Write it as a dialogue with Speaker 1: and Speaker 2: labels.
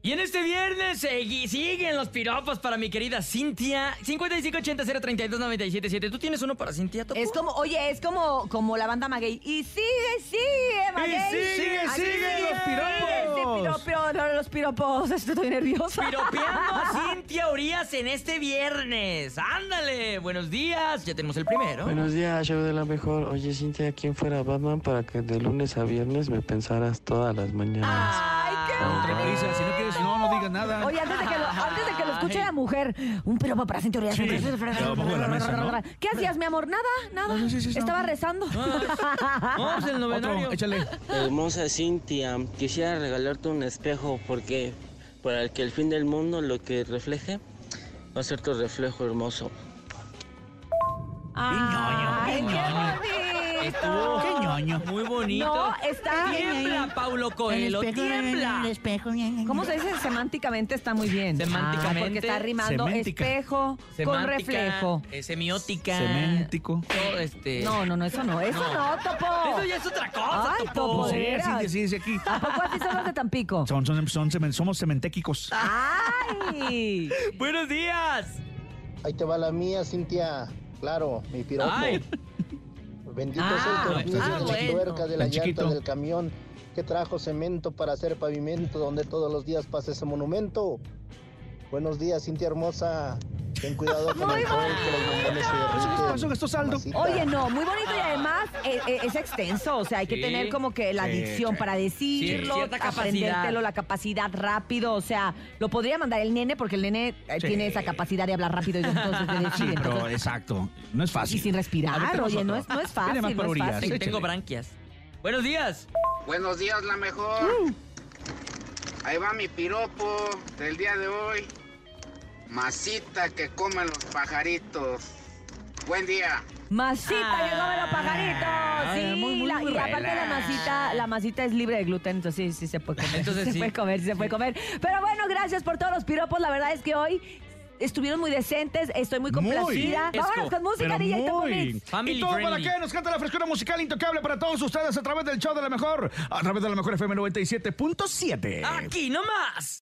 Speaker 1: Y en este viernes segui- siguen los piropos para mi querida Cintia. 5580-032-977. ¿Tú tienes uno para Cintia, Topo?
Speaker 2: Es como, oye, es como, como la banda Maguey. Y sigue, sigue, Maguey.
Speaker 3: sigue,
Speaker 2: Así
Speaker 3: sigue los piropos.
Speaker 2: Sí, piropo, no, los piropos. Estoy nerviosa.
Speaker 1: Piropeando a Cintia Urias en este viernes. Ándale, buenos días. Ya tenemos el primero.
Speaker 4: Buenos días, show de la mejor. Oye, Cintia, ¿quién fuera Batman para que de lunes a viernes me pensaras todas las mañanas?
Speaker 2: Ay, qué
Speaker 3: Con prisa, si no quieres, no, no digas nada.
Speaker 2: Oye, antes de que lo, antes de que lo escuche
Speaker 1: Ay.
Speaker 2: la mujer, un piropo para Cintia Urias.
Speaker 3: Sí, abajo de la mesa, ¿no?
Speaker 2: ¿Qué hacías, mi amor? Nada, nada.
Speaker 3: No, no, sí, sí, sí,
Speaker 2: Estaba
Speaker 3: no.
Speaker 2: rezando.
Speaker 1: Vamos el novenario.
Speaker 3: Otro, échale.
Speaker 2: Ah,
Speaker 5: Hermosa Cintia, quisiera regalarte un espejo porque para que el fin del mundo lo que refleje va a ser tu reflejo hermoso.
Speaker 2: Ay,
Speaker 3: Ah. ñoño,
Speaker 2: qué bonito.
Speaker 3: Estuvo- Qué ñoño.
Speaker 1: Muy bonito.
Speaker 2: No, está-
Speaker 1: Tiembla, Paulo Coelho. Tiembla.
Speaker 2: ¿Cómo se dice? Semánticamente está muy bien.
Speaker 1: Semánticamente.
Speaker 2: Ah, porque está rimando
Speaker 3: Semántica.
Speaker 2: espejo con
Speaker 1: Semántica,
Speaker 2: reflejo.
Speaker 1: eh, semiótica.
Speaker 3: Semántico.
Speaker 1: Todo este.
Speaker 2: No, no, no, eso no, eso
Speaker 1: No.
Speaker 2: no, Topo.
Speaker 1: Eso ya es otra cosa,
Speaker 2: Ay,
Speaker 1: Topo.
Speaker 2: Topo.
Speaker 3: Sí, así que sí, dice aquí.
Speaker 2: Ah, ¿A poco así son los de Tampico?
Speaker 3: Son, son, son, semen- somos cementéquicos.
Speaker 2: Ah, ¡Ay!
Speaker 1: Buenos días.
Speaker 6: Ahí te va la mía, Cintia. Claro, mi piropo.
Speaker 1: Ay,
Speaker 6: Bendito
Speaker 1: Ah,
Speaker 6: sea el tornillo
Speaker 1: ah,
Speaker 6: de la
Speaker 1: bueno.
Speaker 6: tuerca de la
Speaker 3: Tan
Speaker 6: llanta
Speaker 3: chiquito.
Speaker 6: del camión que trajo cemento para hacer pavimento donde todos los días pasa ese monumento. Buenos días, Cintia hermosa. Ten cuidado con el alcohol, que los bombones se
Speaker 3: ¿Qué
Speaker 6: derriten.
Speaker 3: pasó? ¿Gastó saldo?
Speaker 6: Mamacita.
Speaker 2: Oye, no, muy bonito y además eh, eh, es extenso, o sea, hay que
Speaker 1: Sí.
Speaker 2: tener como que la
Speaker 3: Sí,
Speaker 2: dicción
Speaker 3: sí.
Speaker 2: para decirlo,
Speaker 1: cierta capacidad.
Speaker 2: aprendértelo, la capacidad rápido, o sea, lo podría mandar el nene porque el nene eh,
Speaker 3: Sí.
Speaker 2: tiene esa capacidad de hablar rápido y entonces de decir,
Speaker 3: Sí,
Speaker 2: entonces-
Speaker 3: pero exacto. No es fácil.
Speaker 2: y sin respirar,
Speaker 3: A ver, tenemos
Speaker 2: oye, no
Speaker 3: otro.
Speaker 2: es, no es
Speaker 3: Viene
Speaker 2: fácil,
Speaker 3: más por
Speaker 2: no es
Speaker 3: orillas.
Speaker 2: fácil.
Speaker 1: sí,
Speaker 3: Échale.
Speaker 1: tengo branquias. Buenos días.
Speaker 7: Buenos días, la mejor. Ahí va mi piropo del día de hoy. Masita que comen los pajaritos. Buen día.
Speaker 2: Masita,
Speaker 1: Ah.
Speaker 2: llegó de los pajaritos.
Speaker 3: Ay,
Speaker 2: Sí,
Speaker 3: muy, muy,
Speaker 2: la-
Speaker 3: muy
Speaker 2: y aparte la
Speaker 3: relax.
Speaker 2: masita, la masita es libre de gluten, entonces sí, sí se puede comer.
Speaker 1: Entonces
Speaker 2: se
Speaker 1: sí.
Speaker 2: puede comer, sí se puede comer. Pero bueno, gracias por todos los piropos. La verdad es que hoy estuvieron muy decentes, estoy muy
Speaker 3: Muy.
Speaker 2: complacida.
Speaker 1: Esco,
Speaker 2: Vámonos con música,
Speaker 3: Pero
Speaker 2: DJ Topo
Speaker 3: muy.
Speaker 2: Mix.
Speaker 1: Family
Speaker 3: y todo para
Speaker 1: friendly.
Speaker 3: que nos canta la frescura musical intocable para todos ustedes a través del show de la mejor, a través de la mejor FM 97.7.
Speaker 1: Aquí nomás.